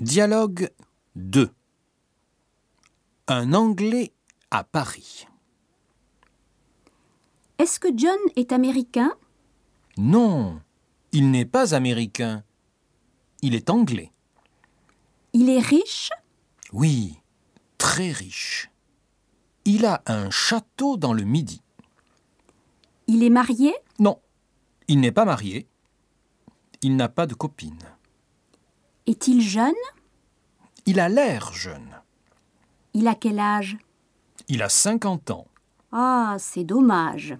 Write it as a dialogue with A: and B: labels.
A: Dialogue 2 Un Anglais à Paris.
B: Est-ce que John est américain
A: Non, il n'est pas américain. Il est anglais.
B: Il est riche
A: Oui, très riche. Il a un château dans le Midi.
B: Il est marié
A: Non, il n'est pas marié. Il n'a pas de copine.
B: Est-il jeune
A: Il a l'air jeune.
B: Il a quel âge
A: Il a 50 ans.
B: Ah, c'est dommage.